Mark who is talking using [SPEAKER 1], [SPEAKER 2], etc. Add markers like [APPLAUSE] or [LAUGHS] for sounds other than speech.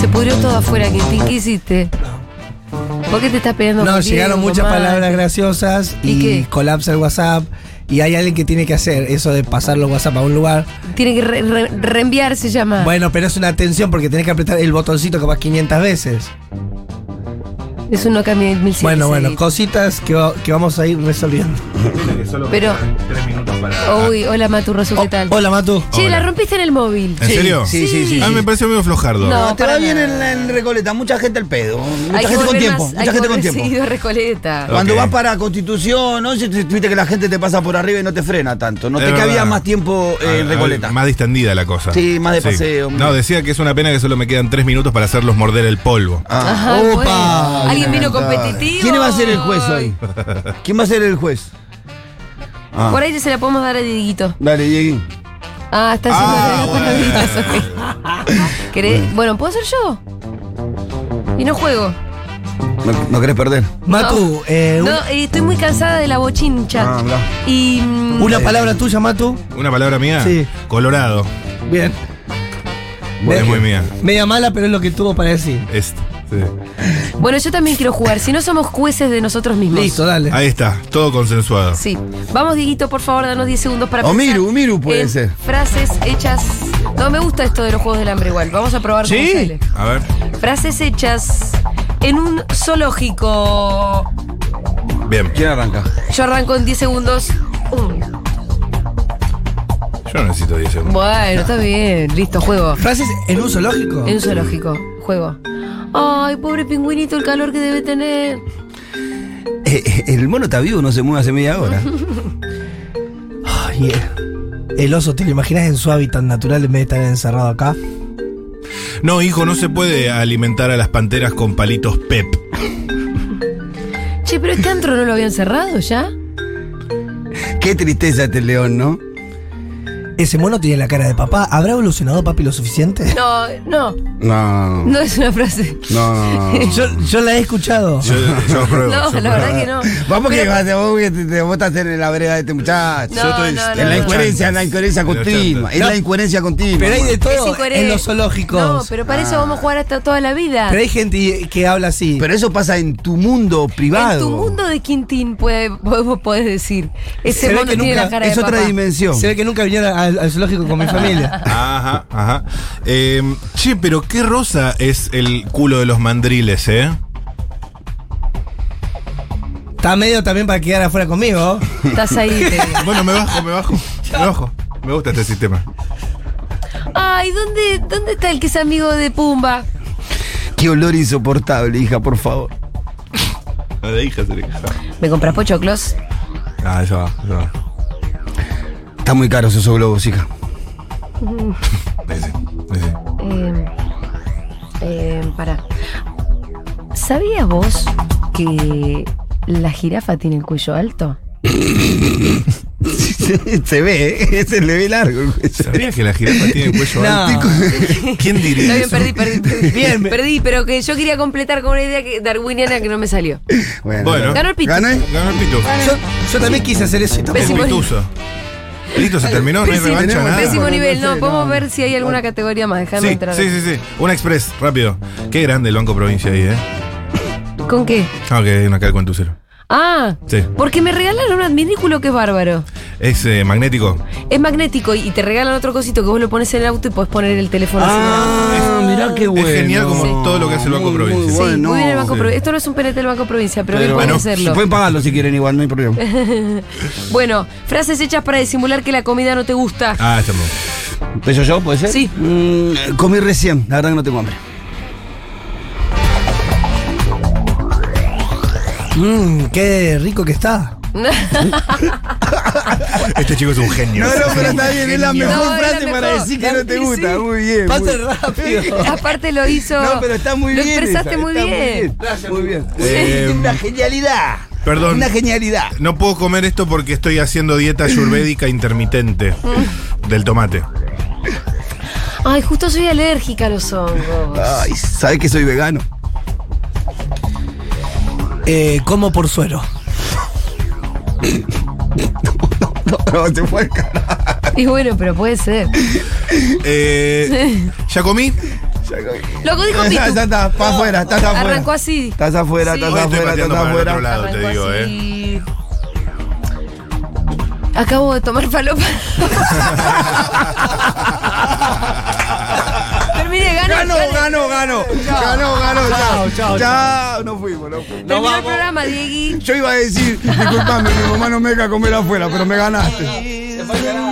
[SPEAKER 1] Se pudrió todo afuera, Quintín. ¿Qué hiciste? ¿Por qué te estás peleando
[SPEAKER 2] No,
[SPEAKER 1] con
[SPEAKER 2] llegaron
[SPEAKER 1] Diego,
[SPEAKER 2] muchas
[SPEAKER 1] con Mati?
[SPEAKER 2] palabras graciosas
[SPEAKER 1] pues, ¿Y
[SPEAKER 2] y,
[SPEAKER 1] qué?
[SPEAKER 2] colapsa el WhatsApp. Y hay alguien que tiene que hacer eso de pasar los WhatsApp a un lugar.
[SPEAKER 1] Tiene que re- re- reenviar, se llama.
[SPEAKER 2] Bueno, pero es una tensión porque tenés que apretar el botoncito capaz 500 veces.
[SPEAKER 1] Es un no cambia mil cien
[SPEAKER 2] bueno, bueno,
[SPEAKER 1] seguidos.
[SPEAKER 2] cositas que, va- que vamos a ir resolviendo.
[SPEAKER 3] Que solo
[SPEAKER 1] Pero-
[SPEAKER 3] quedan tres minutos para.
[SPEAKER 1] Uy, hola Maturroso, ¿qué
[SPEAKER 2] Oh,
[SPEAKER 1] tal?
[SPEAKER 2] hola, Matu.
[SPEAKER 1] Che, la
[SPEAKER 3] Hola.
[SPEAKER 1] rompiste en el móvil.
[SPEAKER 3] ¿En serio?
[SPEAKER 4] Sí, sí, sí.
[SPEAKER 3] A mí me pareció medio flojardo.
[SPEAKER 1] No.
[SPEAKER 4] No, te
[SPEAKER 1] para
[SPEAKER 4] va bien en,
[SPEAKER 1] nada.
[SPEAKER 4] en Recoleta, mucha gente al pedo, mucha
[SPEAKER 1] Hay que
[SPEAKER 4] gente con
[SPEAKER 1] volver
[SPEAKER 4] tiempo,
[SPEAKER 1] más- hay
[SPEAKER 4] mucha
[SPEAKER 1] que
[SPEAKER 4] gente con
[SPEAKER 1] volver
[SPEAKER 4] tiempo.
[SPEAKER 1] seguido a Recoleta.
[SPEAKER 4] Cuando eh,
[SPEAKER 3] Ok.
[SPEAKER 4] vas para Constitución, ¿no? Si te- viste que la gente te pasa por arriba y Eh, no te frena tanto.
[SPEAKER 3] Es
[SPEAKER 4] Noté que
[SPEAKER 3] verdad.
[SPEAKER 4] había más tiempo eh, en
[SPEAKER 3] Ah,
[SPEAKER 4] Recoleta.
[SPEAKER 3] Más distendida la cosa.
[SPEAKER 4] Sí, más de paseo.
[SPEAKER 3] No, decía que es una pena que solo me quedan tres minutos para hacerlos morder el polvo.
[SPEAKER 4] Ah.
[SPEAKER 1] Ajá,
[SPEAKER 4] Opa,
[SPEAKER 1] bueno. Alguien
[SPEAKER 4] bien,
[SPEAKER 1] vino
[SPEAKER 4] dale.
[SPEAKER 1] competitivo.
[SPEAKER 4] ¿Quién va a ser el juez hoy? ¿Quién va a ser el juez? Ah.
[SPEAKER 1] Por ahí se la podemos dar a Dieguito.
[SPEAKER 4] Dale, Dieguín.
[SPEAKER 1] Ah, está haciendo
[SPEAKER 3] Ah,
[SPEAKER 1] las palabritas,
[SPEAKER 4] [LAUGHS]
[SPEAKER 1] ok. ¿Querés? Bueno, ¿puedo ser yo? Y no juego.
[SPEAKER 4] No, no querés perder.
[SPEAKER 2] Matu, eh,
[SPEAKER 1] No,
[SPEAKER 2] un-
[SPEAKER 1] eh, estoy muy cansada de la bochincha.
[SPEAKER 4] Ah, mirá.
[SPEAKER 1] y. mm,
[SPEAKER 2] una palabra tuya, Matu.
[SPEAKER 3] ¿Una palabra mía?
[SPEAKER 2] Sí.
[SPEAKER 3] Colorado.
[SPEAKER 2] Bien.
[SPEAKER 3] Es muy mía.
[SPEAKER 2] Media mala, pero es lo que tuvo para decir.
[SPEAKER 3] Este. sí.
[SPEAKER 1] Bueno, yo también quiero jugar, si no somos jueces de nosotros mismos.
[SPEAKER 2] Listo, dale.
[SPEAKER 3] Ahí está, todo consensuado.
[SPEAKER 1] Sí. Vamos, Dieguito, por favor, danos 10 segundos para
[SPEAKER 4] O
[SPEAKER 1] pensar
[SPEAKER 4] Miru, Miru puede
[SPEAKER 1] en
[SPEAKER 4] ser.
[SPEAKER 1] Frases hechas. No me gusta esto de los juegos del hambre igual. Vamos a probar cómo sale.
[SPEAKER 3] A ver.
[SPEAKER 1] Frases hechas en un zoológico.
[SPEAKER 3] Bien.
[SPEAKER 4] ¿Quién arranca?
[SPEAKER 1] Yo arranco en 10 segundos. Un.
[SPEAKER 3] Yo no necesito 10 segundos.
[SPEAKER 1] Bueno, está bien. Listo, juego.
[SPEAKER 2] ¿Frases en uso lógico?
[SPEAKER 1] En un zoológico. Juego. Ay, pobre pingüinito, el calor que debe tener.
[SPEAKER 4] Eh, eh, el mono está vivo, no se mueve hace
[SPEAKER 1] [LAUGHS]
[SPEAKER 4] media hora.
[SPEAKER 2] eh. El oso, ¿te lo imaginas en su hábitat natural en vez de estar encerrado acá?
[SPEAKER 3] No, hijo, no se puede alimentar a las panteras con palitos pep.
[SPEAKER 1] Che, pero este antro no lo habían cerrado ya.
[SPEAKER 4] Qué tristeza este león, ¿no?
[SPEAKER 2] Ese mono tiene la cara de papá. ¿Habrá evolucionado papi lo suficiente?
[SPEAKER 1] No, no.
[SPEAKER 4] No, no,
[SPEAKER 1] No es una frase. [LAUGHS]
[SPEAKER 4] no.
[SPEAKER 2] [LAUGHS] Yo, yo la he escuchado.
[SPEAKER 3] Yo, yo
[SPEAKER 1] No,
[SPEAKER 3] pruebo. yo
[SPEAKER 1] la
[SPEAKER 3] pruebo.
[SPEAKER 1] verdad que no.
[SPEAKER 4] Vamos que
[SPEAKER 1] Pero-
[SPEAKER 4] vas, vos que te, te- vos estás en la vereda de este muchacho.
[SPEAKER 1] No, no, no,
[SPEAKER 4] en la
[SPEAKER 1] no.
[SPEAKER 4] incoherencia, en la incoherencia
[SPEAKER 3] De los
[SPEAKER 4] continua.
[SPEAKER 3] chantas.
[SPEAKER 4] Es
[SPEAKER 2] No.
[SPEAKER 4] la incoherencia continua.
[SPEAKER 2] Pero hay de
[SPEAKER 4] bueno.
[SPEAKER 1] Es
[SPEAKER 2] todo
[SPEAKER 1] incoherente.
[SPEAKER 2] en Ah. los zoológicos.
[SPEAKER 1] No,
[SPEAKER 2] pero,
[SPEAKER 1] pero para eso vamos a jugar hasta toda la vida.
[SPEAKER 2] hay gente que habla así.
[SPEAKER 4] Pero eso pasa en tu mundo privado.
[SPEAKER 1] En tu mundo de Quintín puede, vos podés decir. Ese
[SPEAKER 2] Se ve
[SPEAKER 1] mono
[SPEAKER 2] que
[SPEAKER 1] tiene
[SPEAKER 2] nunca-
[SPEAKER 1] la cara
[SPEAKER 4] Es
[SPEAKER 1] de
[SPEAKER 4] otra
[SPEAKER 1] papá.
[SPEAKER 4] dimensión.
[SPEAKER 2] Se ve que nunca vinieron al, al zoológico con mi
[SPEAKER 3] [LAUGHS]
[SPEAKER 2] familia.
[SPEAKER 3] Ajá, ajá. Eh, che, pero qué rosa es el culo de los mandriles, ¿eh?
[SPEAKER 2] Está medio también para quedar afuera conmigo.
[SPEAKER 1] Estás ahí. te digo.
[SPEAKER 2] [LAUGHS]
[SPEAKER 3] Bueno, me bajo, me bajo. Me bajo. Me gusta este sistema.
[SPEAKER 1] Ay, ¿dónde, ¿dónde está el que es amigo de Pumba?
[SPEAKER 4] Qué olor insoportable, hija, por favor.
[SPEAKER 3] La Ah, de hija sería.
[SPEAKER 1] ¿Me compras pochoclos?
[SPEAKER 3] Ah, eso va, eso va.
[SPEAKER 4] Está muy caros esos globos, hija. [LAUGHS]
[SPEAKER 3] Ese, ese.
[SPEAKER 1] Eh, eh, para. ¿Sabías vos que la jirafa tiene el cuello alto?
[SPEAKER 4] se ve, ¿eh? se le ve largo.
[SPEAKER 3] ¿Sabías que la jirafa tiene el cuello
[SPEAKER 2] No.
[SPEAKER 3] alto?
[SPEAKER 1] [LAUGHS]
[SPEAKER 3] ¿Quién
[SPEAKER 1] Está
[SPEAKER 3] diría
[SPEAKER 1] bien,
[SPEAKER 3] eso?
[SPEAKER 1] perdí, perdí. perdí.
[SPEAKER 2] [LAUGHS] Bien.
[SPEAKER 1] Perdí, pero que yo quería completar con una idea que darwiniana que no me salió.
[SPEAKER 3] Bueno.
[SPEAKER 1] Ganó el pito.
[SPEAKER 4] ¿Gané?
[SPEAKER 3] Ganó el pitufo.
[SPEAKER 2] Yo, yo también quise hacer eso y tampoco.
[SPEAKER 1] Pésimo.
[SPEAKER 3] Un pituzo. Listo, se terminó, no hay
[SPEAKER 1] Pésimo,
[SPEAKER 3] revancha, nada.
[SPEAKER 1] pésimo nivel, no,
[SPEAKER 4] No, no sé,
[SPEAKER 1] podemos
[SPEAKER 4] no.
[SPEAKER 1] ver si hay alguna categoría más, déjame
[SPEAKER 3] Sí,
[SPEAKER 1] entrar.
[SPEAKER 3] sí, sí, sí. Una express, rápido. Qué grande el Banco Provincia ahí, ¿eh?
[SPEAKER 1] ¿Con qué?
[SPEAKER 3] Ah, ok, hay una calco en tu cero.
[SPEAKER 1] Ah,
[SPEAKER 3] Sí.
[SPEAKER 1] porque me regalaron un adminículo que es bárbaro.
[SPEAKER 3] Es eh, magnético.
[SPEAKER 1] Es magnético y y te regalan otro cosito que vos lo pones en el auto y podés poner el teléfono así.
[SPEAKER 4] Ah, mirá qué bueno.
[SPEAKER 3] genial como todo lo que hace el Banco
[SPEAKER 4] Muy,
[SPEAKER 3] Provincia.
[SPEAKER 4] muy
[SPEAKER 1] Sí,
[SPEAKER 4] bueno.
[SPEAKER 1] muy bien el Banco
[SPEAKER 3] Sí.
[SPEAKER 1] Provincia. Esto no es un PNT del Banco Provincia, pero, bien
[SPEAKER 4] Pero-
[SPEAKER 1] pueden
[SPEAKER 3] bueno,
[SPEAKER 1] hacerlo.
[SPEAKER 4] Pueden pagarlo si quieren igual, no hay problema.
[SPEAKER 1] [LAUGHS] Bueno, frases hechas para disimular que la comida no te gusta.
[SPEAKER 3] Ah, está bien.
[SPEAKER 4] ¿Peso yo, puede ser?
[SPEAKER 1] Sí.
[SPEAKER 4] Mm, comí recién, la verdad que no tengo hambre.
[SPEAKER 2] Mmm, qué rico que está.
[SPEAKER 3] Este chico es un genio.
[SPEAKER 4] No, no, pero está bien, es la
[SPEAKER 3] Genio.
[SPEAKER 4] mejor
[SPEAKER 1] No, era
[SPEAKER 4] frase
[SPEAKER 1] la
[SPEAKER 4] para
[SPEAKER 1] mejor.
[SPEAKER 4] decir que no te
[SPEAKER 2] Sí,
[SPEAKER 4] gusta.
[SPEAKER 2] sí.
[SPEAKER 4] Muy bien.
[SPEAKER 2] Pasa
[SPEAKER 4] muy- [LAUGHS]
[SPEAKER 2] rápido.
[SPEAKER 1] [LAUGHS] Aparte lo hizo.
[SPEAKER 4] No, pero está muy
[SPEAKER 1] lo
[SPEAKER 4] bien.
[SPEAKER 1] expresaste
[SPEAKER 4] esa,
[SPEAKER 1] muy,
[SPEAKER 4] está
[SPEAKER 1] bien.
[SPEAKER 4] Gracias, muy bien.
[SPEAKER 3] Eh,
[SPEAKER 4] [LAUGHS] Es una genialidad.
[SPEAKER 3] perdón.
[SPEAKER 4] Una genialidad.
[SPEAKER 3] No puedo comer esto porque estoy haciendo dieta ayurvédica intermitente del tomate.
[SPEAKER 1] Ay, justo soy alérgica a los hongos.
[SPEAKER 4] Ay, ¿sabes que soy vegano? [LAUGHS]
[SPEAKER 2] Eh, como por suero.
[SPEAKER 4] No, no, te fue el carajo.
[SPEAKER 1] Y bueno, pero puede ser.
[SPEAKER 3] Eh, ¿Ya comí?
[SPEAKER 4] Ya comí.
[SPEAKER 1] Loco dijo
[SPEAKER 4] [LAUGHS] Ya, ya
[SPEAKER 1] Pitu.
[SPEAKER 4] está, pa' afuera, estás afuera.
[SPEAKER 1] Arrancó así.
[SPEAKER 4] Estás afuera,
[SPEAKER 1] Sí.
[SPEAKER 4] estás
[SPEAKER 1] Hoy
[SPEAKER 3] estoy
[SPEAKER 4] afuera,
[SPEAKER 3] pateando
[SPEAKER 4] estás
[SPEAKER 3] para el otro
[SPEAKER 4] afuera.
[SPEAKER 3] lado, te digo, eh.
[SPEAKER 1] así. Acabo de tomar falopa. [LAUGHS]
[SPEAKER 3] [LAUGHS]
[SPEAKER 1] Pero mire, gano.
[SPEAKER 4] Ganó, ganó, ganó. Ganó, ganó, chao. Chao, no fuimos, no fuimos.
[SPEAKER 1] Terminó el programa, Diegui.
[SPEAKER 4] Yo iba a decir, disculpame, mi mamá no me deja comer afuera, pero me ganaste.